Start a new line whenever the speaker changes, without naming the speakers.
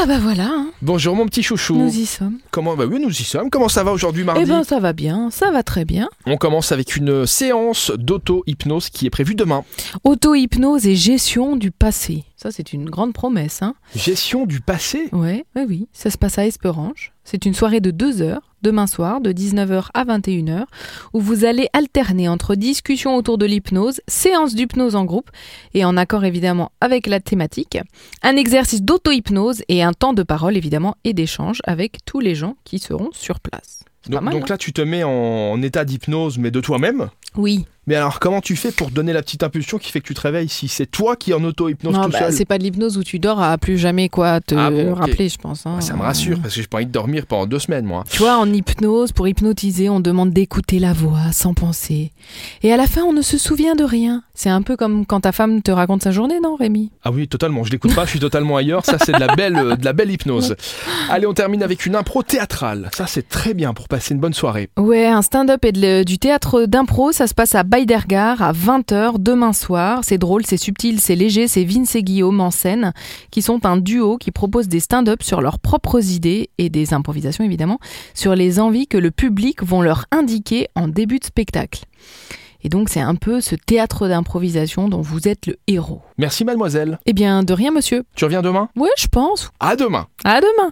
Ah bah voilà, hein,
Bonjour mon petit chouchou.
nous y sommes.
Comment bah oui, nous y sommes. Comment ça va aujourd'hui mardi
Eh ben ça va bien, ça va très bien.
On commence avec une séance d'auto-hypnose qui est prévue demain.
Auto-hypnose et gestion du passé. Ça c'est une grande promesse, hein
Gestion du passé.
Ouais, ouais, oui, ça se passe à Esperange. C'est une soirée de 2 heures, demain soir, de 19h à 21h, où vous allez alterner entre discussions autour de l'hypnose, séances d'hypnose en groupe, et en accord évidemment avec la thématique, un exercice d'auto-hypnose et un temps de parole évidemment et d'échange avec tous les gens qui seront sur place. C'est pas
Donc,
mal,
donc là tu te mets en, en état d'hypnose mais de toi-même.
hein oui.
Mais alors comment tu fais pour donner la petite impulsion qui fait que tu te réveilles si c'est toi qui es en auto-hypnose
Non,
tout
bah,
seul
c'est pas de l'hypnose où tu dors à plus jamais quoi te
Ah bon, ok.
rappeler, je pense. hein.
Ah, Ça me rassure parce que j'ai pas envie de dormir pendant deux semaines moi.
Tu vois, en hypnose, pour hypnotiser, on demande d'écouter la voix sans penser. Et à la fin, on ne se souvient de rien. C'est un peu comme quand ta femme te raconte sa journée, non, Rémi
Ah oui totalement. Je l'écoute pas. Je suis totalement ailleurs. Ça c'est de la belle euh, de la belle hypnose. Allez on termine avec une impro théâtrale. Ça c'est très bien pour passer une bonne soirée.
Ouais, un stand-up et de le- du théâtre d'impro, ça se passe à Baidergar à 20h demain soir. C'est drôle, c'est subtil, c'est léger, c'est Vince et Guillaume en scène, qui sont un duo qui propose des stand-up sur leurs propres idées et des improvisations évidemment, sur les envies que le public vont leur indiquer en début de spectacle. Et donc c'est un peu ce théâtre d'improvisation dont vous êtes le héros.
Merci mademoiselle.
Eh bien, de rien monsieur.
Tu reviens demain.
Ouais, je pense.
À demain.
À demain